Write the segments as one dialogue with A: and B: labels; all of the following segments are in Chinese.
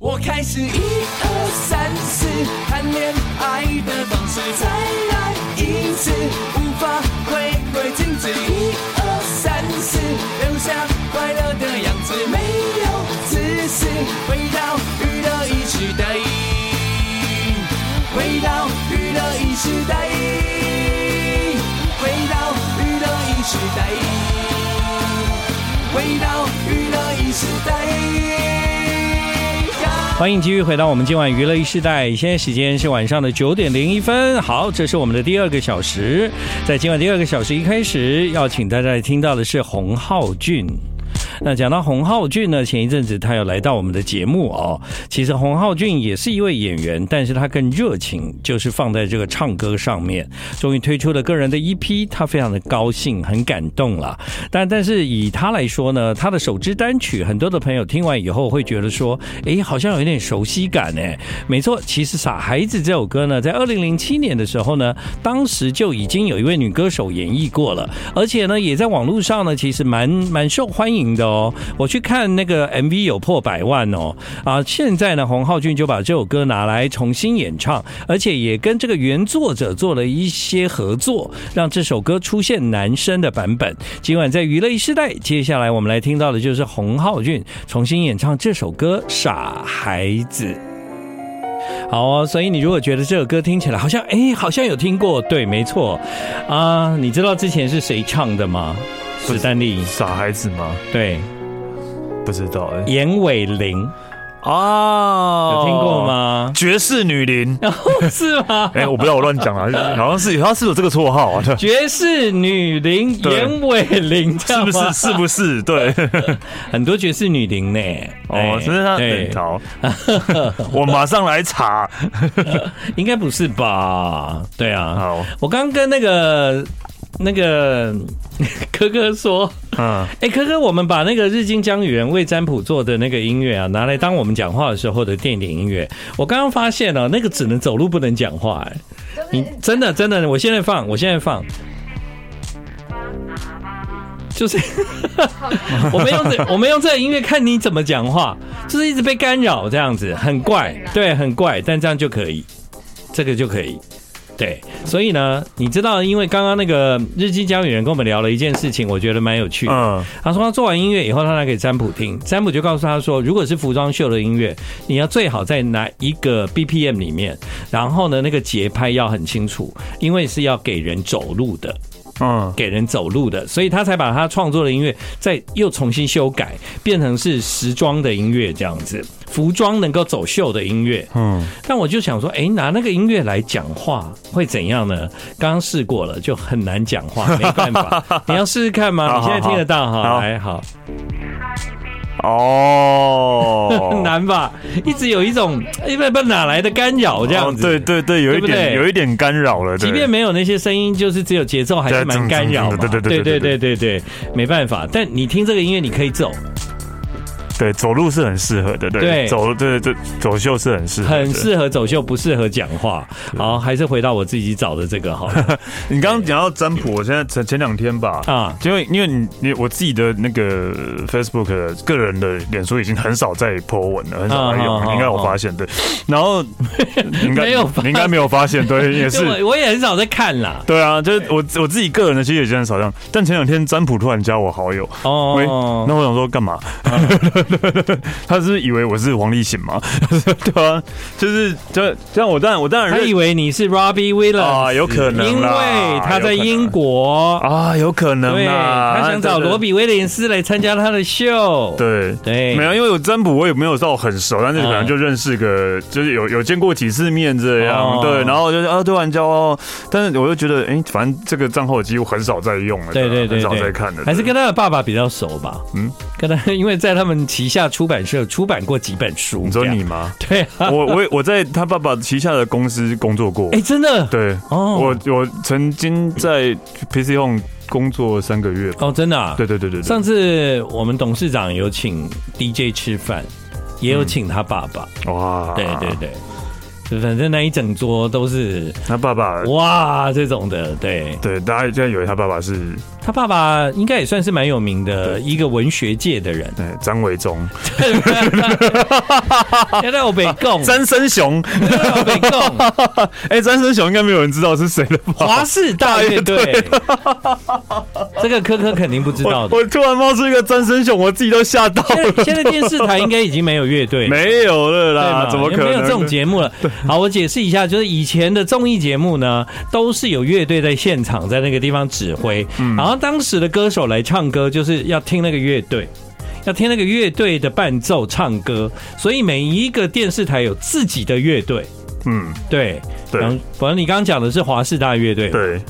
A: 我开始一二三四谈恋爱的方式，再来一次，无法回归静止。一二三四，留下快乐的样子，没有自私，回到娱乐一时代，回到娱乐一时代，回到娱乐一时代，回到娱乐一时代。
B: 欢迎继续回到我们今晚娱乐一时代，现在时间是晚上的九点零一分。好，这是我们的第二个小时，在今晚第二个小时一开始，要请大家听到的是洪浩俊。那讲到洪浩俊呢，前一阵子他有来到我们的节目哦。其实洪浩俊也是一位演员，但是他更热情，就是放在这个唱歌上面。终于推出了个人的 EP，他非常的高兴，很感动啦。但但是以他来说呢，他的首支单曲，很多的朋友听完以后会觉得说，诶，好像有点熟悉感哎。没错，其实《傻孩子》这首歌呢，在二零零七年的时候呢，当时就已经有一位女歌手演绎过了，而且呢，也在网络上呢，其实蛮蛮受欢迎的哦。我去看那个 MV 有破百万哦，啊，现在呢，洪浩俊就把这首歌拿来重新演唱，而且也跟这个原作者做了一些合作，让这首歌出现男生的版本。今晚在娱乐一时代，接下来我们来听到的就是洪浩俊重新演唱这首歌《傻孩子》。好哦，所以你如果觉得这首歌听起来好像，哎，好像有听过，对，没错，啊，你知道之前是谁唱的吗？
C: 不
B: 史
C: 是
B: 丹利，
C: 傻孩子吗？
B: 对，
C: 不知道哎、
B: 严伟玲，
C: 啊，
B: 有听过？ 吗？
C: 绝世女伶，
B: 是吗？
C: 哎、我不知道，我乱讲了，好像是她是有这个绰号啊，对
B: 爵士女伶
C: 对
B: 严伟玲，知
C: 是
B: 道
C: 不
B: 吗
C: 是？是不是？对，
B: 很多爵士女伶呢？
C: 哦
B: 哎，
C: 只是她
B: 对
C: 很，好， 我马上来查。
B: 应该不是吧？对啊，
C: 好，
B: 我刚跟那个那个 科科说。
C: 嗯，
B: 哎，科科，我们把那个日经江源为占卜做的那个音乐啊，拿来当我们讲话的时候的电影音乐。我刚刚发现哦了、那个只能走路不能讲话、哎，你真的真的，我现在放，我现在放。就是 我们用这我们用这个音乐看你怎么讲话，就是一直被干扰这样子，很怪，对，很怪，但这样就可以，这个就可以。对，所以呢，你知道，因为刚刚那个日记江源跟我们聊了一件事情，我觉得蛮有趣的。
C: 嗯，
B: 他说他做完音乐以后，他拿给占卜听，占卜就告诉他说，如果是服装秀的音乐，你要最好在哪一个 BPM 里面，然后呢，那个节拍要很清楚，因为是要给人走路的，
C: 嗯，
B: 给人走路的，所以他才把他创作的音乐再又重新修改，变成是时装的音乐这样子，服装能够走秀的音乐。
C: 嗯，
B: 但我就想说，诶，拿那个音乐来讲话会怎样呢？刚刚试过了，就很难讲话，没办 法。你要试试看吗？
C: 好
B: 你现在
C: 好
B: 听得到哈？
C: 好
B: 来，好， 很
C: 哦，
B: 难吧？一直有一种哎，不不哪来的干扰这样
C: 哦对
B: 子。
C: 对对，有一
B: 对不对
C: 点有一点干扰了，对
B: 即便没有那些声音，就是只有节奏还是蛮干扰嘛。
C: 对
B: 对对
C: 对
B: 对
C: 对对
B: 对
C: 对
B: 对对，没办法。但你听这个音乐，你可以走，
C: 对走路是很适合的，
B: 对
C: 对，走对对走秀是很适合的，
B: 很适合走秀，不适合讲话。好，还是回到我自己找的这个好 了
C: 你刚刚讲到占卜，我现在前前两天吧，
B: 啊。
C: 因为因为你你我自己的那个 Facebook 的个人的脸书已经很少在 po 文了，很少
B: 啊
C: 在
B: 好
C: 用，
B: 好
C: 你应该有发现对。然 后你应该
B: 没有发
C: 你应该没有发 现对，也
B: 因为
C: 是
B: 我我也很少在看啦。
C: 对啊，就是我我自己个人的其实也经很少用，但前两天占卜突然加我好友，喂，
B: 哦，
C: 那我想说 干嘛？他是不是以为我是王力行吗？ 对啊，就是就像我当然我当然
B: 他
C: 认
B: 以为你是 Robbie Williams
C: 啊有可能啦
B: 因为他在英国，
C: 啊，有可能
B: 对，
C: 啊，
B: 他想找罗比威廉斯来参加他的秀，
C: 对。
B: 对，
C: 没有，因为我占卜我也没有到很熟，但是可能
B: 嗯
C: 就认识个，就是有有见过几次面这
B: 哦
C: 样，对，然后就是啊，突然交哦，但是我就觉得，哎、反正这个账号我几乎很少在用了，
B: 对对
C: 很
B: 对
C: 少在
B: 对，
C: 看的，
B: 还是
C: 对
B: 跟他的爸爸比较熟吧。嗯
C: 嗯，
B: 跟他因为在他们旗下出版社有出版过几本书，
C: 你说
B: 这
C: 你
B: 样
C: 吗？
B: 对啊，
C: 我我我在他爸爸旗下的公司工作过，
B: 哎，真的
C: 对，
B: 哦
C: 我我曾经在 PC Home 工作三个月吧，
B: 哦，真的啊，
C: 对对对对对，
B: 上次我们董事长有请 DJ 吃饭，也有请他爸爸。
C: 嗯哇，
B: 对对，对，就反正那一整桌都是
C: 他爸爸，
B: 哇这种的。对，
C: 对，大家现在以为他爸爸是，
B: 他爸爸应该也算是蛮有名的一个文学界的人
C: 对，张伟忠、
B: 他在我北 贡，
C: 詹森雄，
B: 在我北贡，
C: 哎、詹森雄应该没有人知道是谁了吧？
B: 华氏大乐队， 这个科科肯定不知道
C: 我
B: 的。
C: 我突然冒出一个詹森雄，我自己都吓到
B: 现在
C: 了。
B: 现在电视台应该已经没有乐队了，
C: 没有了
B: 对嘛
C: 啦，怎么可能？
B: 没有这种节目了？好，我解释一下，就是以前的综艺节目呢，都是有乐队在现场在那个地方指挥，
C: 嗯
B: 然后当时的歌手来唱歌，就是要听那个乐队。要听那个乐队的伴奏唱歌，所以每一个电视台有自己的乐队。
C: 嗯，
B: 对，
C: 对
B: 然后反正你刚刚讲的是华视大乐队，
C: 对，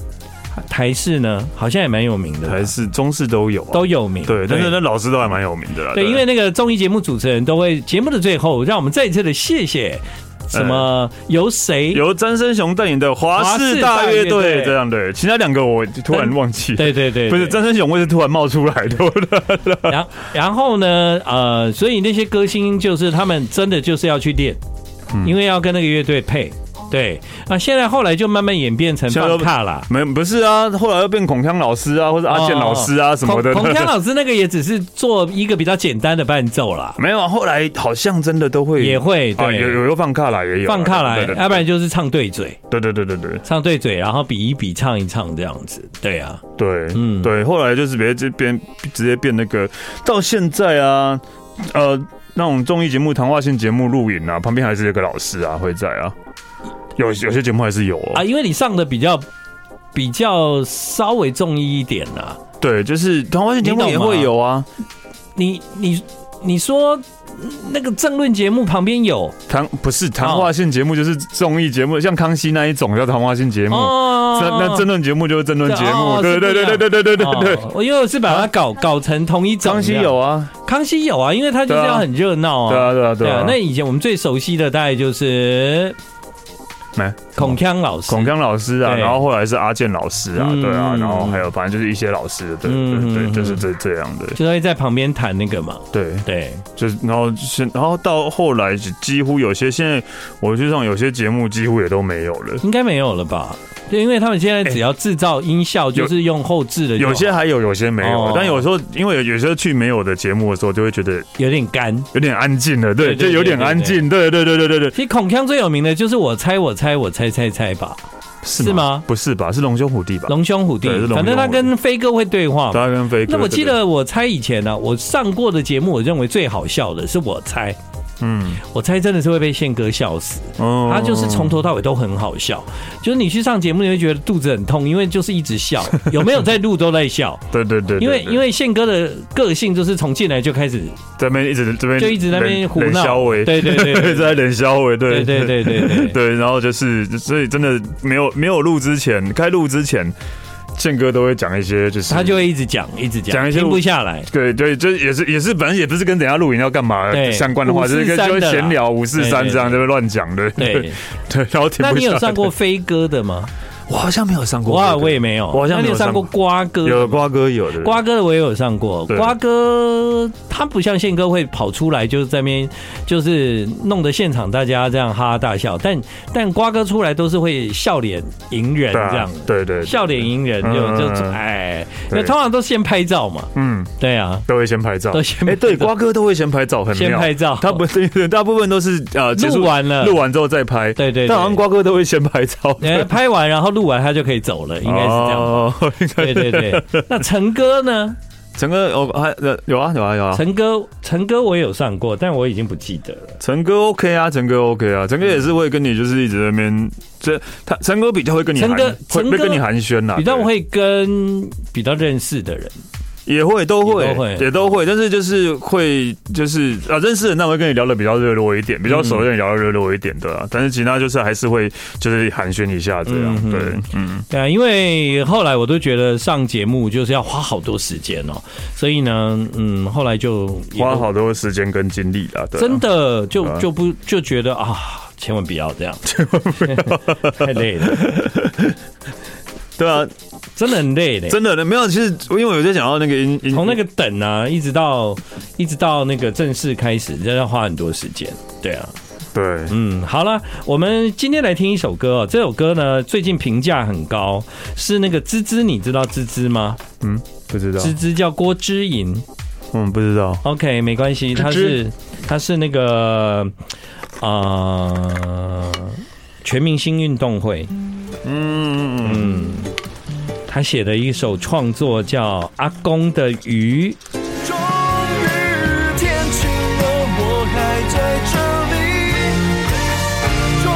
B: 台视呢好像也蛮有名的吧，
C: 台式、中式都有、啊，
B: 都有名。
C: 对，但是那老师都还蛮有名的啦。
B: 对，因为那个综艺节目主持人都会节目的最后，让我们再一次的谢谢什么由谁
C: 哎由詹森雄代言的华氏
B: 华
C: 大乐
B: 氏大乐
C: 队
B: 队
C: 这样的，其他两个我突然忘记。
B: 对对对，
C: 不是
B: 对。
C: 詹森雄，我也是突然冒出来的。
B: 然然后呢，呃，所以那些歌星就是他们真的就是要去练，
C: 嗯
B: 因为要跟那个乐队配。对，那现在后来就慢慢演变成
C: 现在
B: 放
C: 都
B: 卡啦。
C: 没有，不是啊，后来又变孔锵老师啊，或者阿健老师啊什么的。
B: 哦孔孔锵老师那个也只是做一个比较简单的伴奏啦，
C: 没有啊，后来好像真的都会
B: 也会
C: 啊，
B: 对
C: 有有又放卡啦，也有啊
B: 放卡来
C: 对，
B: 要不然就是唱对嘴，
C: 对对对对对对
B: 唱对嘴，然后比一比，唱一唱这样子。对啊，
C: 对，
B: 嗯
C: 嗯，对，后来就是别这边直接变那个，到现在啊，呃，那种综艺节目、谈话性节目录影啊，旁边还是有个老师啊会在啊，有有些节目还是有、哦、
B: 啊，因为你上的比较比较稍微中意一点啊啦、
C: 对，就是谈话性节目
B: 你
C: 也
B: 懂吗
C: 会有啊，
B: 你你你说那个政论节目旁边有
C: 谈不是谈话性节目，就是综艺节目，像康熙那一种叫谈话性节目。
B: 哦
C: 那那争论节目就是争论节目，
B: 哦
C: 对
B: 是不一
C: 对对
B: 样
C: 对对对对对对。啊
B: 哦我因为我是把它搞搞成同一种。
C: 康熙有，啊，
B: 康熙有啊，因为它就是
C: 对啊
B: 要很热闹啊。
C: 对啊对啊
B: 对
C: 对
B: 啊
C: 啊。
B: 那以前我们最熟悉的大概就是
C: 没
B: 孔锵老师。
C: 孔锵老师啊，
B: 对
C: 然后后来是阿健老师啊，
B: 嗯
C: 对啊，
B: 嗯
C: 然后还有反正就是一些老师，啊对
B: 嗯
C: 对对，
B: 嗯
C: 就是这这样的，
B: 就会在旁边弹那个嘛，
C: 对，
B: 对，
C: 就是然后是然后到后来几乎有些现在我去上有些节目几乎也都没有了，
B: 应该没有了吧？对，因为他们现在只要制造音效，就是用后置的就好，
C: 有些还有，有些没有
B: 啊哦，
C: 但有时候因为有有时候去没有的节目的时候，就会觉得
B: 有点干。
C: 有点安静了，
B: 对
C: 对，
B: 对
C: 就有点安静，对对对对对对，
B: 其实孔锵最有名的就是我猜我猜我猜猜猜吧，
C: 是
B: 是吗
C: 不是吧？是龙兄虎弟吧？
B: 龙兄虎弟
C: 啊对是，龙
B: 反正他
C: 兄虎弟
B: 跟飞哥会对话嘛。
C: 大跟飞哥，
B: 那我记
C: 对，对
B: 得我猜以前呢、我上过的节目，我认为最好笑的是我猜，
C: 嗯，
B: 我猜真的是会被宪哥笑死。
C: 哦
B: 他就是从头到尾都很好笑，就是你去上节目，你会觉得肚子很痛，因为就是一直 笑，有没有在录都在笑。
C: 对对对，对
B: 因为
C: 对
B: 因为宪哥的个性就是从进来就开始
C: 这边一直这边
B: 就一直在那边胡
C: 冷
B: 闹
C: 消，微，
B: 对对对对
C: 一直在冷消微，对
B: 对对对对对对，
C: 对，然后就是，所以真的没有没有录之前，该录之前，宪哥都会讲一些，就是
B: 他就会一直讲一直讲，
C: 讲一些
B: 停不下来。
C: 对对，就也是也是，反正也不是跟等一下录影要干嘛
B: 对
C: 相关的话，就是跟
B: 543
C: 就会
B: 的啦
C: 闲聊五四三
B: 对对
C: 这样，就会乱讲的。
B: 对，
C: 对，然后停
B: 那
C: 不
B: 你有
C: 下
B: 上
C: 来。
B: 过飞哥的吗？
C: 我好像没有上过
B: 哇，
C: 这个
B: 我也没有。
C: 我好
B: 那
C: 像
B: 你
C: 没
B: 有
C: 有
B: 上
C: 上
B: 过
C: 过
B: 瓜哥？
C: 有瓜哥有的
B: 瓜哥的我也有上过，
C: 对
B: 瓜哥他不像宪哥会跑出来，就是在那边就是弄得现场大家这样哈哈大笑，但但瓜哥出来都是会笑脸迎人
C: 对啊
B: 这样，
C: 对对，对
B: 笑脸迎人就
C: 嗯
B: 就哎，
C: 对
B: 那通常都先拍照嘛，
C: 嗯，
B: 对啊，
C: 都会先拍照，
B: 都先
C: 哎，对，
B: 拍照
C: 瓜哥都会先拍照，很
B: 先
C: 妙
B: 拍照
C: 他不 是大部分都是呃结束
B: 录完了
C: 录完之后再拍，
B: 嗯对对对
C: 但好像瓜哥都会先拍照，
B: 哎，拍完然后录完他就可以走 了，应该是这样。
C: 哦，应该
B: 对对对，那陈哥呢？
C: 陈哥，我还呃有啊有啊有啊，
B: 陈哥，陈哥我也有上过，但我已经不记得了。
C: 陈哥 OK 啊，陈哥 OK 啊，陈哥也是会跟你就是一直在那边，这他陈哥比较会跟你
B: 陈
C: 寒
B: 哥
C: 会
B: 陈
C: 会
B: 哥
C: 跟你寒暄啦，
B: 比较
C: 对
B: 我会跟比较认识的人，
C: 也会都会
B: 也都会
C: 也都会，但是就是会就是啊认识的那会跟你聊的比较热络一点，比较熟的人聊的热络一点对啊，但是其他就是还是会就是寒暄一下这样
B: 嗯嗯，哼
C: 对，嗯，
B: 对啊，因为后来我都觉得上节目就是要花好多时间哦，所以呢，嗯，后来就也
C: 花好多时间跟精力啦，对啊，
B: 真的就
C: 对啊
B: 就不就觉得啊，千万不要这样，千万 不要，太累了，
C: 对啊，
B: 真的很累的。
C: 真的没有，其实因为我在讲到那个音 音
B: 从那个等啊，一直到一直到那个正式开始，真的要花很多时间。对啊，
C: 对，
B: 嗯，好了，我们今天来听一首歌哦。这首歌呢，最近评价很高，是那个芝芝，你知道芝芝吗？
C: 嗯，不知道，
B: 芝芝叫郭芝莹。
C: 嗯，不 知道，
B: OK，没关系，
C: 芝
B: 她
C: 芝
B: 是她是那个呃全明星运动会，
C: 嗯嗯嗯，
B: 她写的一首创作叫《阿公的鱼》。
A: 终于天晴了，我还在这里。终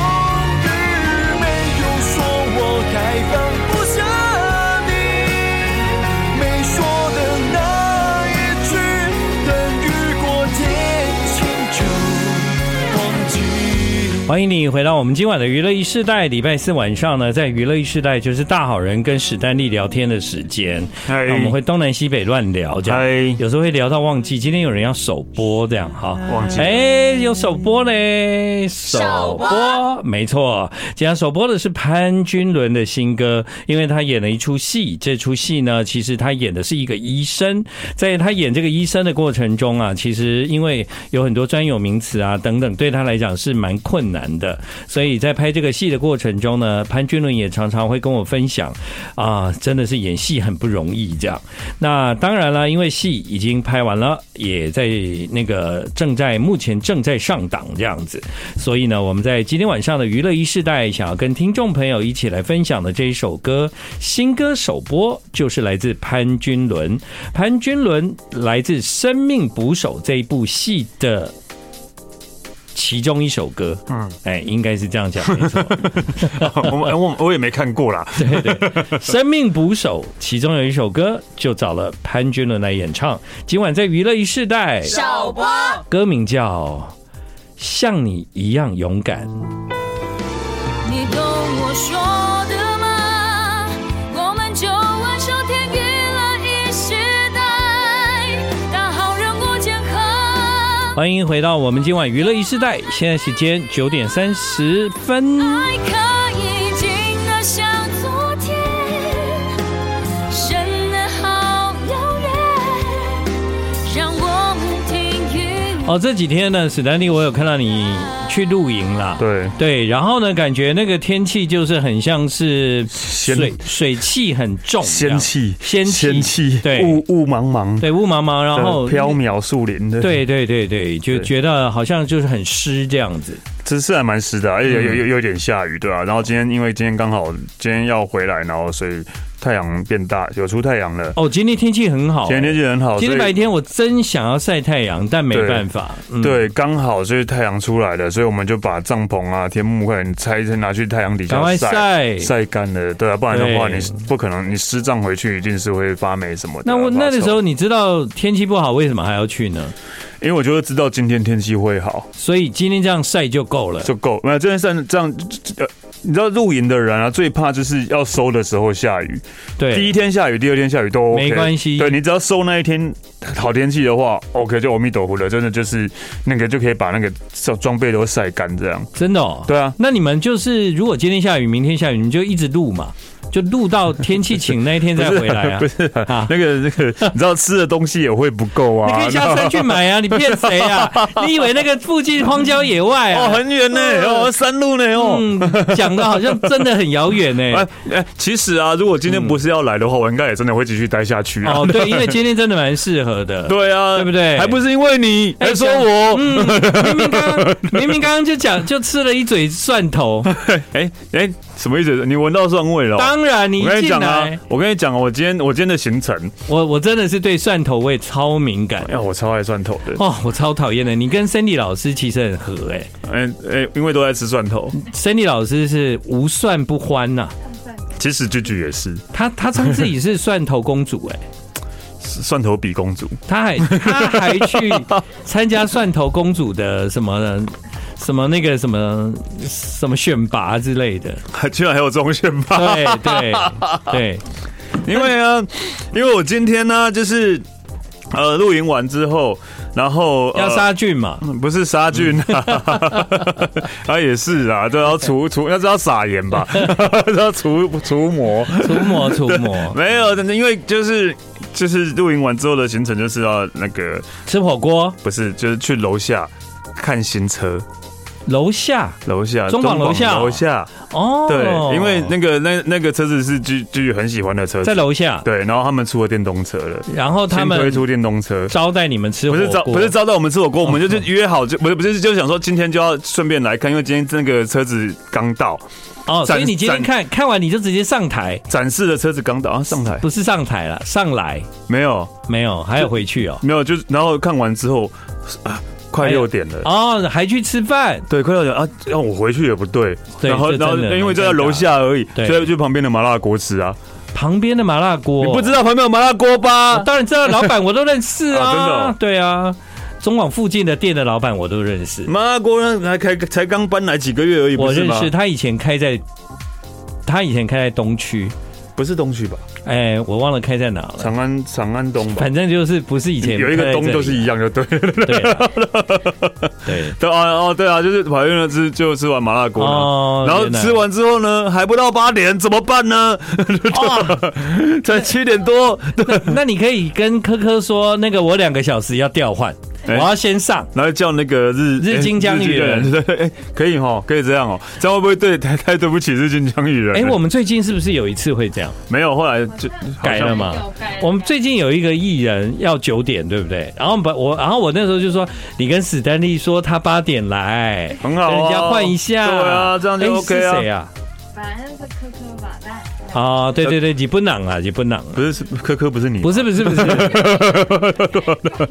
A: 于没有说我该放不下你，没说的那一句，等雨过天晴就忘记。
B: 欢迎你回到我们今晚的娱乐一世代。礼拜四晚上呢，在娱乐一世代就是大好人跟史丹利聊天的时间。
C: 嗨
B: 那我们会东南西北乱聊，这样
C: 嗨，
B: 有时候会聊到忘记。今天有人要首播，这样哈。
C: 忘记了
B: 哎，有首播嘞，首播，没错。今天首播的是潘君伦的新歌，因为他演了一出戏，这出戏呢，其实他演的是一个医生，在他演这个医生的过程中啊，其实因为有很多专有名词啊等等，对他来讲是蛮困难的，所以在拍这个戏的过程中呢，潘君伦也常常会跟我分享，啊，真的是演戏很不容易这样。那当然啦，因为戏已经拍完了，也在那个正在目前正在上档这样子，所以呢，我们在今天晚上的娱乐一世代，想要跟听众朋友一起来分享的这一首歌新歌首播，就是来自潘君伦。潘君伦来自《生命捕手》这一部戏的。其中一首歌，嗯
C: 嗯，
B: 哎，应该是这样讲，没错。
C: 我
B: 哎
C: 们我我也没看过啦，
B: 对对，《生命捕手》其中有一首歌就找了潘君伦来演唱，今晚在娱乐一世代，
D: 首播
B: 歌名叫《像你一样勇敢》。
D: 你懂我说的吗？我们就挽手天娱乐一时代，大好人物健康，
B: 欢迎回到我们今晚娱乐一世代，现在时间九点三十分。
D: 还可以静得像昨天，真的好遥远，让我们听雨。
B: 哦，这几天呢，史丹利，我有看到你去露营啦。
C: 对，
B: 对，啊然后呢，感觉那个天气就是很像是
C: 仙
B: 水水汽很重这
C: 仙
B: 样，
C: 气，
B: 仙气
C: 仙气，
B: 对
C: 雾雾茫茫，
B: 对雾茫茫，然后
C: 缥缈树林的，，
B: 对对对对，就
C: 对
B: 觉得好像就是很湿这样子。
C: 这是还蛮湿的、啊，而且有
B: 嗯
C: 有有有点下雨，对啊，然后今天因为今天刚好今天要回来，然后所以太阳变大，有出太阳了。
B: 哦，今天天气很好、
C: 今天天气很好，
B: 今天
C: 所以
B: 白天我真想要晒太阳，但没
C: 对
B: 办法。嗯，
C: 对，刚好就是太阳出来了，所以我们就把帐篷啊、天幕快点拆，先拿去太阳底
B: 赶快
C: 下
B: 晒
C: 晒晒干了。对啊，不然的话
B: 对
C: 你不可能，你湿帐回去一定是会发霉什么的啊。
B: 那我
C: 发
B: 那个时候
C: 臭，
B: 你知道天气不好，为什么还要去呢？
C: 因为我就知道今天天气会好
B: 所以今天这样晒就够了。
C: 就够。没有，这件事这样，呃，你知道露营的人啊，最怕就是要收的时候下雨。第
B: 对
C: 一，天下雨，第二天下雨都 OK，
B: 没关系
C: 对你只要收那一天好天气的话，OK 就阿弥陀佛了，真的就是那个就可以把那个装备都晒干这样。
B: 真的哦。
C: 对啊，
B: 那你们就是如果今天下雨，明天下雨，你们就一直录嘛，就录到天气晴那一天再回来啊
C: 不。是啊、
B: 啊
C: 那个那个，你知道吃的东西也会不够
B: 你
C: 啊。
B: 可以下山去买啊！你骗谁啊？ 你以为那个附近荒郊野外
C: 然
B: 啊？
C: 后哦，很远呢、哦，山路呢、哦。
B: 嗯，讲的好像真的很遥远欸呢。
C: 哎哎，其实啊，如果今天不是要来的话，我应该也真的会继续待下去啊。
B: 哦，对，因为今天真的蛮适合的。
C: 对啊，
B: 对不对
C: 还不是因为你，
B: 哎
C: 还说我，
B: 嗯，明明刚刚明明刚刚就讲就吃了一嘴蒜头，
C: 哎哎，什么意思？你闻到蒜味了哦？
B: 当然你
C: 我跟
B: 一
C: 你
B: 进
C: 讲啊
B: 来，，
C: 我跟你讲啊，我今天我今天的行程，
B: 我我真的是对蒜头味超敏感
C: 哎，我超爱蒜头的，
B: 哦，我超讨厌的。你跟 Cindy 老师其实很合哎、
C: 哎哎，因为都在吃蒜头，
B: c i n d y 老师是无蒜不欢呐、
C: 其实句句也是
B: 她她称自己是蒜头公主哎、
C: 蒜头比公主，
B: 她还她还去参加蒜头公主的什么什么那个什么什么选拔之类的，
C: 还居然还有这种选拔，
B: 对对对，
C: 因为啊，因为我今天呢、就是呃露营完之后，然后、呃
B: 要杀菌嘛，
C: 不是杀菌啊，
B: 嗯
C: 啊也是啊，都要除除，那是要撒盐吧， 这要除除魔。
B: 除魔除魔，
C: 没有，真的，因为就是就是露营完之后的行程就是要那个
B: 吃火锅。
C: 不是，就是去楼下看新车。
B: 楼下
C: 楼下
B: 中广楼下
C: 楼下，
B: 哦，
C: 对，因为那个那那个车子是居居宇很喜欢的车子，
B: 在楼下，
C: 对，然后他们出了电动车了，
B: 然后他
C: 新推
B: 们
C: 出电动车，
B: 招待你们吃
C: 不
B: 火
C: 是招
B: 锅，
C: 不是招待我们吃火锅，我们
B: 哦
C: 就是约好就不是不是就是想说今天就要顺便来看，因为今天那个车子刚到，
B: 哦，所以
C: 展
B: 你今天
C: 展
B: 看看完你就直接上台，
C: 展示的车子刚到啊上台
B: 不是上台了，上来
C: 没有
B: 没有，还有回去哦，
C: 没有就是然后看完之后啊快
B: 哎呀
C: 六点了。
B: 哦，还去吃饭，
C: 对，快六点啊！让我回去也不对，
B: 对
C: 然后
B: 这
C: 然后
B: 真的
C: 因为
B: 很
C: 就在
B: 尴尬
C: 楼下而已，
B: 对
C: 所以去旁边的麻辣锅吃啊。
B: 旁边的麻辣锅，
C: 你不知道旁边有麻辣锅吧
B: 我？当然知道，老板我都认识啊，
C: 啊真的哦
B: 对啊，中广附近的店的老板我都认识，
C: 麻辣锅呢才开才刚搬来几个月而嗯已，不
B: 我
C: 是
B: 认
C: 吗
B: 识？他以前开在，他以前开在东区，
C: 不是东区吧？
B: 哎、我忘了开在哪了。
C: 长安长安东吧
B: 反，正就是不是以前
C: 有一
B: 开
C: 个
B: 在这
C: 东
B: 里
C: 都是一样，就对了。
B: 对啊啦对
C: 对啊，哦，对啊，就是跑去那吃就吃完麻辣锅了，
B: 哦
C: 然后
B: 原来
C: 吃完之后呢，还不到八点，怎么办呢？
B: 哦
C: 啊才七 点多，对，
B: 那你可以跟科科说，那个我两个小时要调换，我
C: 哎
B: 要先上。
C: 然后叫那个日
B: 日金江
C: 日
B: 雨人
C: 对 对，哎，可以哈，可以这样哦，这样会不会对太太对不起日金江雨人？
B: 哎、我们最近是不是有一次会这样？
C: 没有，后来就好
B: 改
C: 像
B: 了嘛
E: 有改了
B: 我们最近有一个艺人要九点，对不对？然后把我，然后我那时候就说，你跟史丹利说他八点来，
C: 很好啊
B: 跟人家换一下，
C: 对啊这样就
B: 哎
C: OK 啊
B: 是谁啊？
E: 反正是科科吧，但
B: 啊，对对对，你不能啊，你不能。
C: 不是是科科不是你
B: 不是不是不是，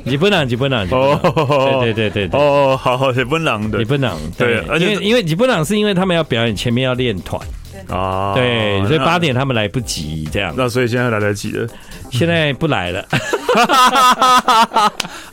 B: 你不能，你不能，你不能
C: 哦
B: 对对对对对，
C: 哦，好好，也不能的
B: 你不能，对
C: 对，而
B: 因
C: 且
B: 为因为你不能是因为他们要表演，前面要练团，
C: 啊，
B: 对，所以
C: 那
B: 八点他们来不及，这样，
C: 那所以现在来得及了
B: 现在不来了，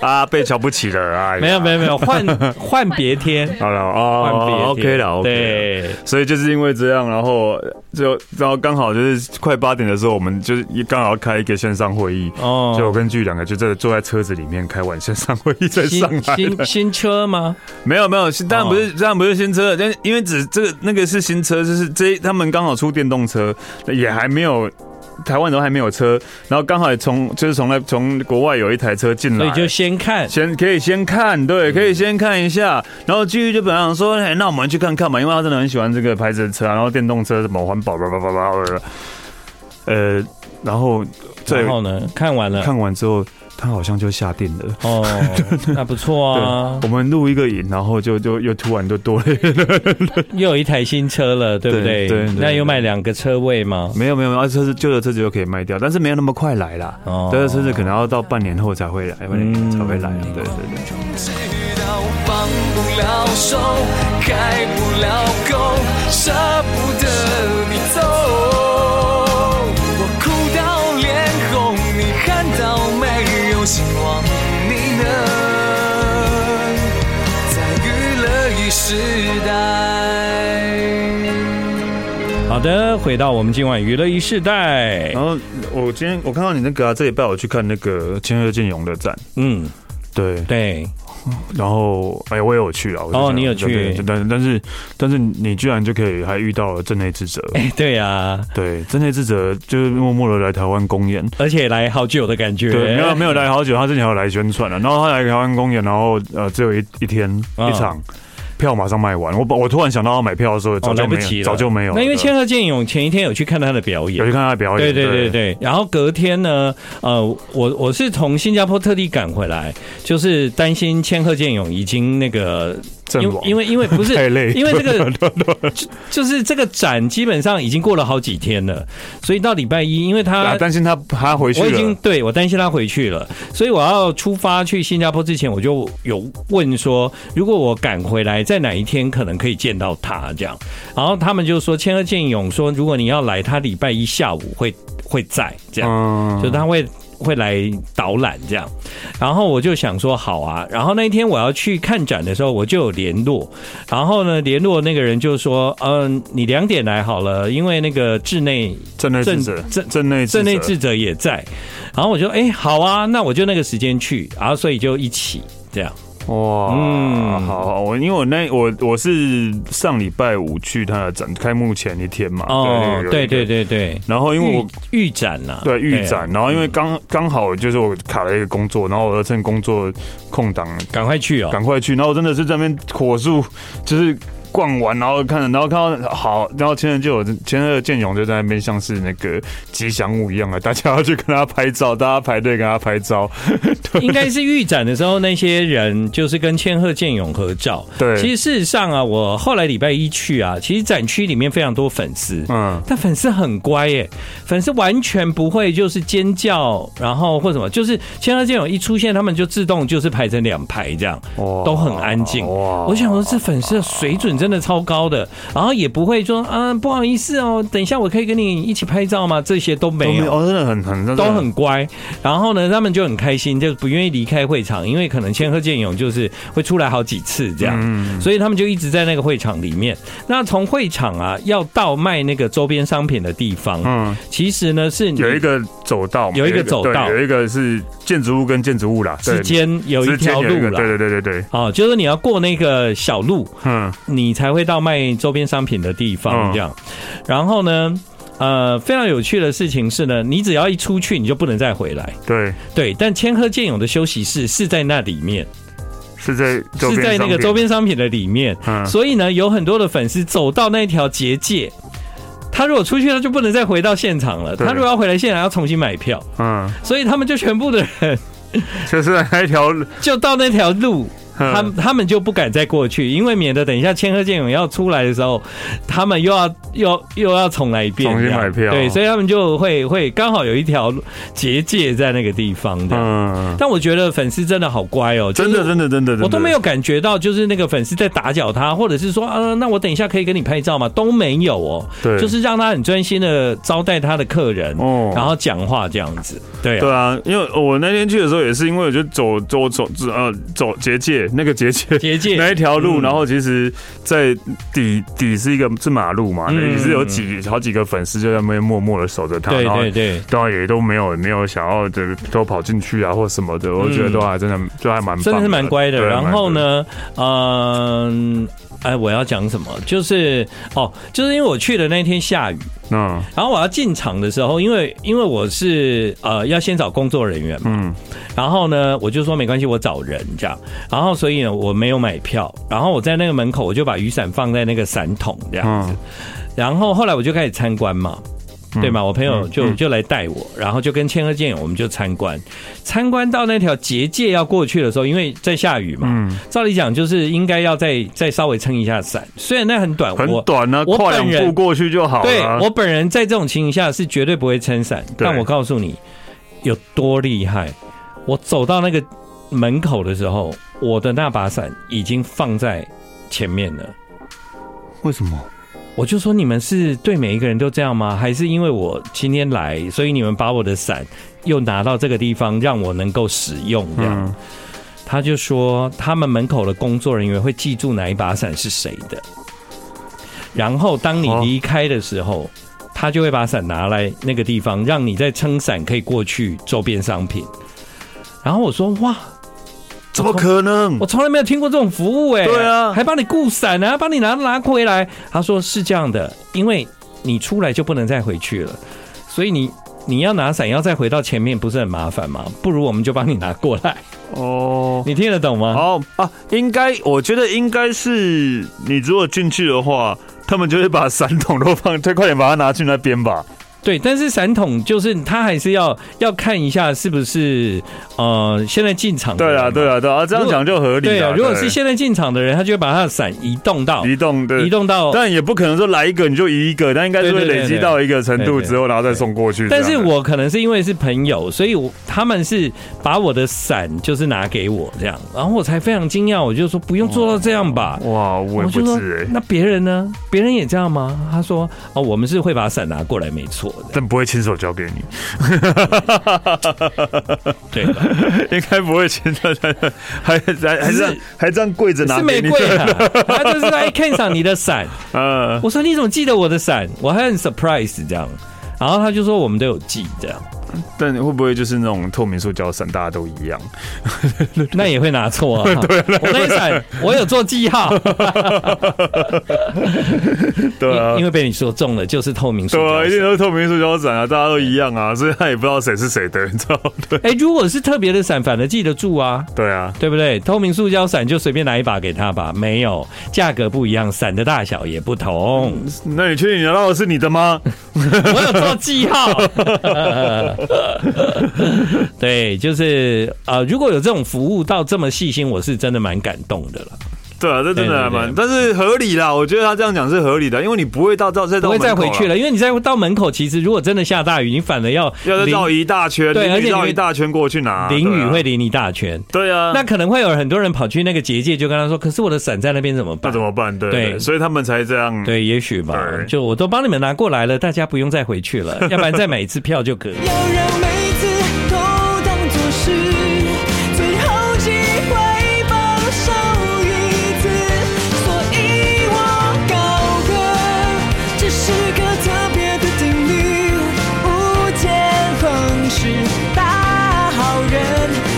C: 啊，被瞧不起了，哎呀，
B: 没有没有没有，换换别天，
C: 好了
B: 换
C: 哦
B: 别
C: ，OK
B: 天
C: 了，OK 了，
B: 对，
C: 所以就是因为这样，然后就然后刚好就是快八点的时候，我们就是刚好要开一个线上会议，
B: 哦，
C: 就我跟剧两个就在坐在车子里面开完线上会议再上
B: 新
C: 来的
B: 新。新车吗？
C: 没有没有，是当然不是，当然不是新车，但是因为只这个那个是新车，就是这他们刚好出电动车，也还没有。台湾都还没有车，然后刚好也从就是从来从国外有一台车进
B: 所
C: 来，
B: 以就先看，
C: 先可以先看，对，
B: 嗯
C: 可以先看一下。然后继续就本来想说，哎，那我们去看看嘛，因为他真的很喜欢这个牌子的车啊，然后电动车什么环保，叭叭叭叭叭叭。呃，然后对
B: 然，后呢，看完了，
C: 看完之后，他好像就下定了。
B: 哦，那不错啊嗯
C: 对，，我们录一个影，然后就就又突然就多了一个，
B: 又有一台新车了，对不对？
C: 对对对
B: 那又卖两个车位吗？
C: 没有没有，啊，车子旧的车子就可以卖掉，但是没有那么快来啦。
B: 哦
C: 对，车子可能要到半年后才会来，半年
B: 嗯
C: 才会来。对对对，
A: 知道放不了手，开不了口，舍不得你走。我哭到脸红，你看到没有？希望你能在娱乐一时代。
B: 好的，回到我们今晚娱乐一世代
C: 然，后我今天我看到你那个啊，这礼拜我去看那个千鹤剑勇的展，
B: 嗯，
C: 对，
B: 对，
C: 然后哎、我也有去啊。我就
B: 哦
C: 想
B: 你有去
C: 对对但但是但是你居然就可以还遇到了镇内智者，
B: 哎，对啊，
C: 对，镇内智者就是默默的来台湾公演，
B: 而且来好久的感觉，
C: 对，没有没有来好久，他之前还有来宣传了、然后他来台湾公演，然后呃只有一一天、
B: 啊
C: 一场。票马上卖完，我我突然想到要买票的时候，早
B: 哦，
C: 就
B: 来不
C: 没
B: 及
C: 有，
B: 了，
C: 早就没有了。
B: 那因为千鹤剑勇前一天有去看他的表演
C: 有去，看他的表
B: 对
C: 演，
B: 对对对，然后隔天呢，呃，我我是从新加坡特地赶回来，就是担心千鹤剑勇已经那个，
C: 阵
B: 因为
C: 亡
B: 因为因为不是
C: 太累
B: 因为这个就就是这个展基本上已经过了好几天了，所以到礼拜一，因为
C: 啊
B: 他
C: 担心他他回去
B: 呃我已经
C: 了，
B: 对我担心他回去了，所以我要出发去新加坡之前，我就有问说，如果我赶回来，在哪一天可能可以见到他这样。然后他们就说，千鹤剑勇说，如果你要来，他礼拜一下午会会在这样。
C: 嗯
B: 就他会会来导览这样。然后我就想说好啊，然后那一天我要去看展的时候，我就有联络，然后呢联络那个人就说，嗯、你两点来好了，因为那个志内
C: 镇内智者
B: 镇，镇
C: 镇内
B: 镇内
C: 智
B: 智者也在，然后我就哎、好啊，那我就那个时间去，然后所以就一起这样。
C: 哇，
B: 嗯
C: 好好，我因为我那我我是上礼拜五去他的展开幕前一天嘛，
B: 哦，对对。对对，
C: 然后因为我
B: 预预嗯展啊呐、
C: 对预展，啊然后因为刚刚好就是我卡了一个工作，然后我趁工作空档
B: 赶快去哦，
C: 赶快去，然后我真的是在那边火速就是逛完，然后看，然后看到好，然后前任就有前任的建勇就在那边像是那个吉祥物一样啊，大家要去跟他拍照，大家排队跟他拍照，
B: 应该是预展的时候，那些人就是跟千鹤健勇合照。
C: 对
B: 其实事实上啊，我后来礼拜一去啊，其实展区里面非常多粉丝，
C: 嗯，
B: 但粉丝很乖耶，粉丝完全不会就是尖叫，然后或什么，就是千鹤健勇一出现，他们就自动就是排成两排这样，
C: 哇
B: 都很安静。
C: 哇
B: 我想说这粉丝的水准真的超高的，然后也不会说啊不好意思哦，等一下我可以跟你一起拍照吗？这些都没有。
C: 哦，真的很很
B: 都很乖，然后呢，他们就很开心，就不愿意离开会场，因为可能千鹤健勇就是会出来好几次这样，
C: 嗯
B: 所以他们就一直在那个会场里面。那从会场啊，要到卖那个周边商品的地方，
C: 嗯，
B: 其实呢是你
C: 有一个走道嘛，
B: 有一个走道
C: 对有一个是建筑物跟建筑物啦
B: 之
C: 对
B: 间有一
C: 之间
B: 条
C: 有
B: 路
C: 个
B: 啦。
C: 对对对对对，
B: 哦，就是你要过那个小路，
C: 嗯，
B: 你才会到卖周边商品的地方
C: 嗯
B: 这样。然后呢，呃，非常有趣的事情是呢，你只要一出去，你就不能再回来。
C: 对，
B: 对，但千鹤健勇的休息室是在那里面。
C: 是在周边
B: 是在那个
C: 商品
B: 周边商品的里面，
C: 嗯
B: 所以呢，有很多的粉丝走到那条结界，他如果出去，他就不能再回到现场了。
C: 对
B: 他如果要回来现场，要重新买票，
C: 嗯，
B: 所以他们就全部的人
C: 就是在那一条，
B: 就到那条路。
C: 嗯
B: 他们他们就不敢再过去，因为免得等一下千鹤剑勇要出来的时候，他们又要又又要重来一遍，
C: 重新
B: 这样
C: 买票
B: 对，所以他们就会会刚好有一条结界在那个地方的。
C: 嗯，
B: 但我觉得粉丝真的好乖哦，
C: 真的
B: 就是
C: 真的真的，真的
B: 我都没有感觉到，就是那个粉丝在打搅他，或者是说，呃，那我等一下可以跟你拍照吗？都没有哦，
C: 对
B: 就是让他很专心的招待他的客人，
C: 哦
B: 然后讲话这样子，对、
C: 对啊，因为我那天去的时候也是因为我就走走走走呃走结界那个结界
B: 结界
C: 那一条路，
B: 嗯
C: 然后其实，在底底是一个是马路嘛，
B: 嗯
C: 也是有几好几个粉丝就在那边默默的守着他，
B: 对
C: 然后
B: 对对，
C: 当然也都没有没有想要就是都跑进去啊或什么的，我觉得都还真的就还蛮棒
B: 真的是蛮乖的。
C: 对
B: 然后
C: 蛮
B: 呢，嗯、哎，我要讲什么？就是哦，就是因为我去的那天下雨，
C: 乖的，嗯
B: 然后我要进场的时候，因为因为我是呃要先找工作人员嘛，
C: 嗯
B: 然后呢，我就说没关系，我找人这样。然后所以呢，我没有买票。然后我在那个门口，我就把雨伞放在那个伞桶这样。
C: 嗯
B: 然后后来我就开始参观嘛，对嘛？我朋
C: 嗯
B: 友就就来带我，然后就跟千鹤剑，我们就参观。参观到那条结界要过去的时候，因为在下雨嘛，
C: 嗯，
B: 照理讲就是应该要再再稍微撑一下伞，虽然那很短，
C: 很
B: 我。
C: 短啊，
B: 我
C: 跨
B: 本
C: 两
B: 人
C: 步过去就好
B: 对
C: 了啊。
B: 我本人在这种情形下是绝对不会撑伞，
C: 对
B: 但我告诉你有多厉害。我走到那个门口的时候，我的那把伞已经放在前面了。
C: 为什么？
B: 我就说你们是对每一个人都这样吗？还是因为我今天来，所以你们把我的伞又拿到这个地方，让我能够使用？这样，
C: 嗯，
B: 他就说他们门口的工作人员会记住哪一把伞是谁的，然后当你
C: 哦
B: 离开的时候，他就会把伞拿来那个地方，让你再撑伞可以过去周边商品。然后我说哇，
C: 怎么可能
B: 我？从来没有听过这种服务哎、
C: 嗯对啊
B: 还帮你顾伞啊，帮你拿拿回来。他说是这样的，因为你出来就不能再回去了，所以你。你要拿伞，要再回到前面，不是很麻烦吗？不如我们就帮你拿过来，
C: 哦，
B: 你听得懂吗？
C: 哦啊，应该，我觉得应该是你如果进去的话，他们就会把伞桶都放， 最快点把它拿去那边吧。
B: 对，但是散桶就是他还是要要看一下是不是呃现在进场的
C: 对
B: 人
C: 啊，
B: 嘛
C: 对啊，对啊，这样讲就合理
B: 对啊
C: 了。，
B: 如果是现在进场的人，他就会把他的伞移动到
C: 对移动的
B: 移，动到。
C: 但也不可能说来一个你就移一个，但应该是
B: 哦
C: 会
B: 对对对
C: 累积到一个程
B: 对
C: 度
B: 对
C: 之后，然后再送过去这
B: 但
C: 样的。
B: 是我可能是因为是朋友，所以我他们是把我的伞就是拿给我这样，然后我才非常惊讶，我就说不用做到这样吧。
C: 哇，哦我也
B: 我
C: 不
B: 就说
C: 知哎、
B: 那别人呢？别人也这样吗？他说哦，我们是会把伞拿过来，没错的，
C: 但不会亲手交给你，
B: 对吧？
C: 应该不会亲手，还还还这样还这样跪着拿
B: 是
C: 给
B: 玫
C: 你。
B: 瑰啊，他就是来看上你的伞。
C: 嗯，
B: 我说你怎么记得我的伞？我还很 surprise 这样，然后他就说我们都有记这样，
C: 但会不会就是那种透明塑胶伞，大家都一样？
B: 那也会拿错啊。 对，我那一伞我有做记 号，
C: 对啊
B: 因因，为被你说中了，就是透明塑
C: 对
B: 胶
C: 啊，一定
B: 伞。
C: 都是透明塑胶伞啊，大家都一样啊，所以他也不知道谁是谁的，你知道吗？对
B: 哎，如果是特别的伞，反而记得住啊。
C: 对啊，
B: 对不对？透明塑胶伞就随便拿一把给他吧，没有价格不一样，伞的大小也不同。
C: 那你确定你拿到的是你的吗？
B: 我有做记 号。对，就是呃，如果有这种服务到这么细心，我是真的蛮感动的了。
C: 对啊，这真的还蛮，
B: 对
C: 但是合理啦，我觉得他这样讲是合理的，因为你不会到到再到
B: 不会再回去
C: 了，
B: 了，因为你再到门口，其实如果真的下大雨，你反而要
C: 要再
B: 淋
C: 绕一大圈，
B: 对而且
C: 淋雨
B: 你
C: 绕
B: 会
C: 一大圈过去拿，
B: 淋
C: 对
B: 雨
C: 啊
B: 会淋一大圈。
C: 对啊，
B: 那可能会有很多人跑去那个结界，就跟他说：“可是我的伞在那边怎么
C: 那
B: 办
C: 怎么办？对
B: 对嗯
C: 对，所以他们才这样？”。
B: 对，也许吧
C: 对。
B: 就我都帮你们拿过来了，大家不用再回去了，要不然再买一次票就可以。
A: 要让每次都当作是最后机会，保守一次。所以我高歌，这是个特别的定律，无坚横是大好人。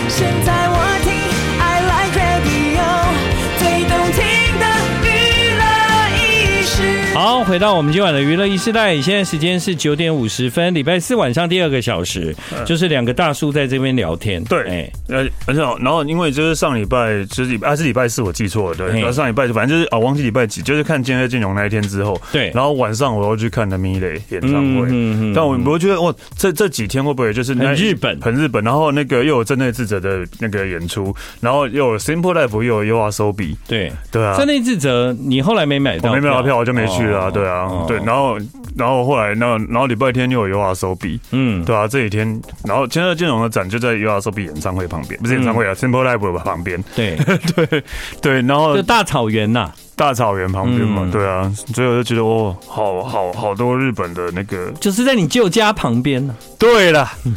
A: 现在我听 I like radio，最动听的娱乐一时。
B: 好，回到我们今晚的娱乐一时代，现在时间是九点五十分，礼拜四晚上第二个小时，就是两个大叔在这边聊天。
C: 对
B: 哎，
C: 而而且然后因为就是上礼拜，就是礼拜啊是礼拜四我记错了，对，
B: 嘿
C: 然后上礼拜反正就是啊忘记礼拜几，就是看《今日金融》那一天之后，
B: 对
C: 然后晚上我又去看了米蕾演唱会，
B: 嗯嗯嗯
C: 但我我觉得哇，这这几天会不会就是那
B: 很日本
C: 很日本，然后那个又有真内智者的那个演出，然后又有 Simple Life，又有 U R So B，
B: 对，
C: 对啊，
B: 在那智哲，你后来没买
C: 我
B: 到，
C: 没买到票，我就没去
B: 哦
C: 了、啊，对啊，
B: 哦
C: 对，然后然后后来那然后礼拜天又有 U R So B，
B: 嗯，
C: 对啊，这几天，然后千鹤金融的展就在 U R S O B 演唱会旁边，
B: 嗯
C: 不是演唱会啊、s i m p l e Live 旁边，
B: 对，
C: 对对，然后
B: 就大草原呐、
C: 大草原旁边嘛，
B: 嗯
C: 对啊，所以我就觉得哦，好好好多日本的那个，
B: 就是在你舅家旁边呢、
C: 对了。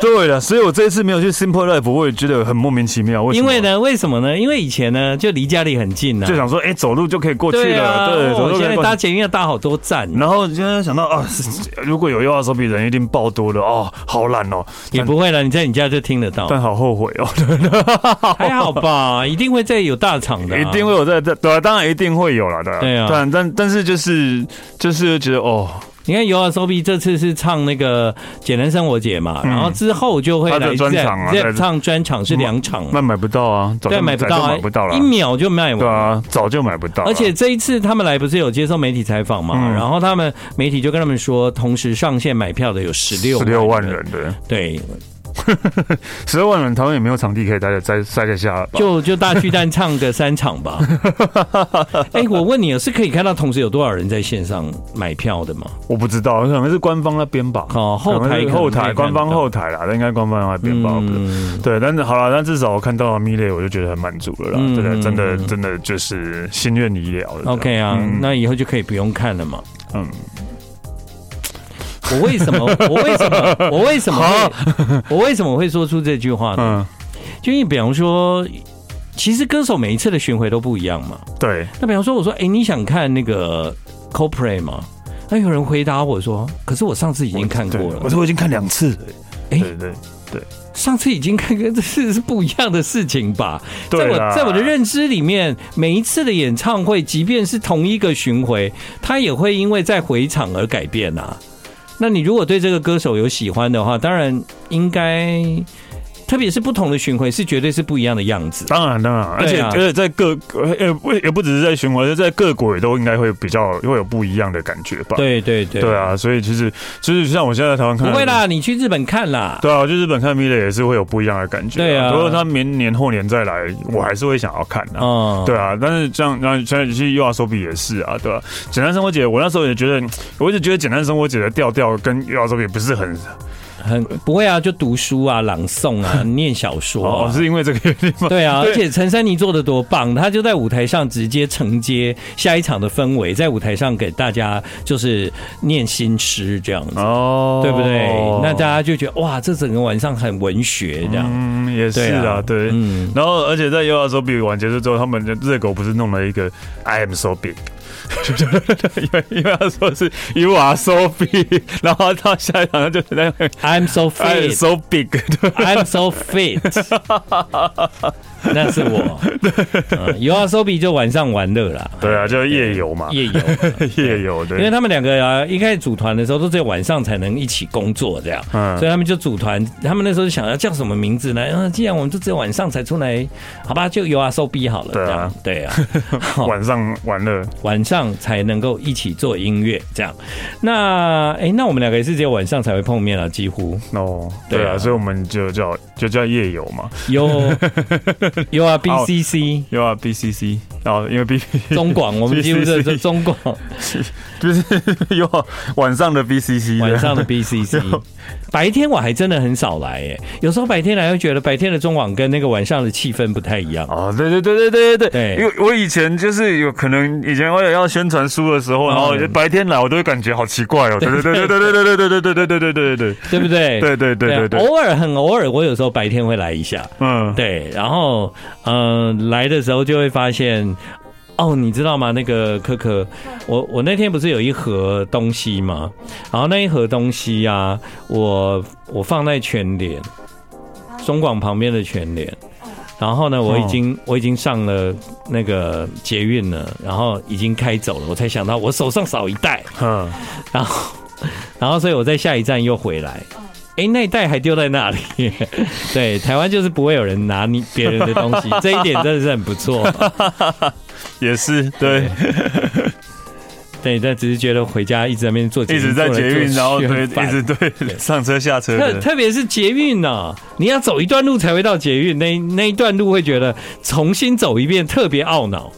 C: 对了，所以我这一次没有去 Simple Live，我也觉得很莫名其妙。为什
B: 因
C: 么
B: 为，呢，为什么呢？因为以前呢，就离家里很近呐、
C: 就想说，哎、走路就可以过去
B: 对啊，
C: 了。对，走
B: 我
C: 路
B: 现
C: 可
B: 在
C: 以过去
B: 搭捷运要搭好多站，
C: 然后现在想到啊，如果有 U R S O B 人一定爆多了哦，好懒哦，
B: 也不会了，你在你家就听得到，
C: 但好后悔哦。
B: 还好吧？一定会在有大厂的啊、
C: 一定会有在在对啊，当然一定会有啦，对啊，
B: 对啊
C: 但但但是就是就是觉得哦，
B: 你看 U R S O B 这次是唱那个《简单生活节》嘛，然后之后就会
C: 嗯他的
B: 来
C: 专场啊
B: rap-
C: 在
B: rap 唱专场是两场嘛，
C: 那买不到啊，早
B: 对，
C: 就
B: 买不到
C: 早就
B: 啊，
C: 买不到了
B: 一，秒就卖
C: 对
B: 完。
C: 啊，早就买不到了，
B: 而且这一次他们来不是有接受媒体采访嘛，
C: 嗯
B: 然后他们媒体就跟他们说，同时上线买票的有十六
C: 十六万，人对，
B: 对，
C: 十六万人台湾也没有场地可以待的塞塞得下了吧，
B: 就就大巨蛋唱个三场 吧。哎、我问你，是可以看到同时有多少人在线上买票的吗？
C: 我不知道，可能是官方那边吧，
B: 哦后台
C: 可能是
B: 可能
C: 后
B: 可以
C: 台
B: 看
C: 官方
B: 得到
C: 后台啦，那应该官方那边吧，我不知道
B: 嗯，
C: 对，但是好了，但至少我看到米蕾，我就觉得很满足了啦，
B: 嗯
C: 真的真的
B: 嗯
C: 真的就是心愿已了了。
B: ，OK 啊，那以后就可以不用看了嘛。
C: 嗯，
B: 我为什么？我为什么？我为 什么会？我为什么会说出这句话呢？
C: 嗯，
B: 就因为比方说，其实歌手每一次的巡回都不一样嘛。
C: 对，
B: 那比方说，我说，哎、你想看那个 CoPlay 吗？那有人回答我说，可是我上次已经看过
C: 对我
B: 了，
C: 说我已经看两次了，
B: 哎
C: 对对。
B: 上次已经看过，这是是不一样的事情吧？在
C: 对
B: 我
C: 啦
B: 在我的认知里面，每一次的演唱会，即便是同一个巡回，它也会因为在回场而改变啊。那你如果对这个歌手有喜欢的话，当然应该，特别是不同的巡回，是绝对是不一样的样子。
C: 当然，当然，而
B: 对
C: 且
B: 啊
C: 而且在各呃呃不也不只是在循环，而是在各国也都应该会比较会有不一样的感觉吧？
B: 对对对，
C: 对啊，所以其实就是像我现在在台湾
B: 不
C: 看，
B: 会。啦，你去日本看啦。
C: 对啊，我去日本看 m i l 也是会有不一样的感觉、
B: 对啊
C: 如果他明年后年再来，我还是会想要看啊。
B: 哦，
C: 对啊，但是这样，然后现在其实 U R 手比也是啊，对吧、简单生活节，我那时候也觉得，我一直觉得简单生活节的调调跟 U R 手比不是很
B: 很不会啊，就读书啊、朗诵 啊、念小说啊、
C: 哦，是因为这个原因吗？
B: 对啊，
C: 对
B: 而且陈珊妮做的多棒，她就在舞台上直接承接下一场的氛围，在舞台上给大家就是念新诗这样子，
C: 哦，
B: 对不对？那大家就觉得哇，这整个晚上很文学这样。
C: 嗯，也是
B: 对啊
C: 啊，对。
B: 嗯
C: 然后，而且在 U R 手比完结束之后，他们的热狗不是弄了一个 I am so big，因为因为他说是 You are so big，然后到下一场他就在那
B: I'm so
C: I'm
B: fit,
C: so big，对
B: I'm so fit，那是我。嗯有啊，手比就晚上玩乐啦，
C: 对啊，就是夜游嘛，
B: 夜游。
C: 夜游
B: 因为
C: 对，
B: 他们两个啊，一开始组团的时候都只有晚上才能一起工作这样，
C: 嗯
B: 所以他们就组团。他们那时候就想要叫什么名字呢？啊，既然我们就只有晚上才出来，好吧，就由阿寿逼好了。
C: 对啊
B: 这样，对啊，好
C: 晚上玩乐，
B: 晚上才能够一起做音乐这样。那哎、那我们两个也是只有晚上才会碰面了，几乎
C: 哦，
B: 对
C: 对
B: 啊
C: 啊，所以我们就叫就叫夜游嘛
B: 有有啊，BCC
C: ，You are BCC，然哦后因为 B
B: 中广，我们几 乎是
C: BCC
B: 中广
C: 就是 You are 晚上的 BCC，
B: 晚上的 BCC，白 天我还真的很少来哎，有时候白天来会觉得白天的中网跟那个晚上的气氛不太一样。
C: 哦，对对对对对对
B: 对
C: 因为我以前就是有可能以前为了要宣传书的时候，然后
B: 嗯
C: 白天来我都会感觉好奇怪哦，对对对对对对对对对对对对对对对，
B: 对不对？
C: 对对对对对
B: 啊偶尔很偶尔，我有时候白天会来一下，
C: 嗯，
B: 对，然后嗯、呃来的时候就会发现。哦，你知道吗？那个可可，我我那天不是有一盒东西吗？然后那一盒东西啊，我我放在全联，中广旁边的全联。然后呢，我已经、我已经上了那个捷运了，然后已经开走了，我才想到我手上少一袋。
C: 嗯，
B: 然后， 然后，所以我在下一站又回来。
C: 嗯
B: 哎，那一袋还丢在那里。 对，台湾就是不会有人拿你别人的东 西，这一点真的是很不错。
C: 也是对，
B: 对，但只是觉得回家一直在那边做捷
C: 一
B: 运，
C: 直在捷运，然后
B: 做
C: 对，
B: 来做去很烦
C: 一直对上车下车
B: 特
C: 的，
B: 特别是捷运呢、啊你要走一段路才会到捷运，那那一段路会觉得重新走一遍特别懊恼，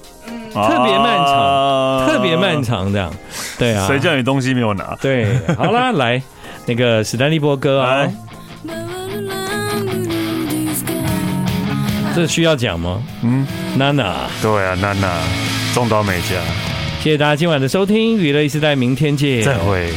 B: 特别漫长
C: 长
B: 特别漫。长这样。对啊，
C: 啊谁叫你东西没有拿？
B: 对，好啦，来那个史丹利波哥啊
C: 来，
B: 这需要讲吗？
C: 嗯，
B: 娜娜。
C: 对啊，娜娜，中岛美嘉，
B: 谢谢大家今晚的收听，娱乐一时代，明天见。
C: 再会。